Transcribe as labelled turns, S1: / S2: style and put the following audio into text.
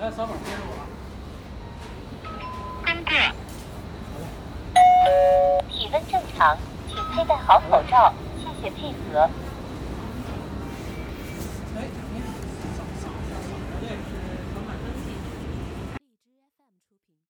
S1: 来，扫码接着我啊。
S2: 登记。体温正常，请佩戴好口罩，谢谢配合。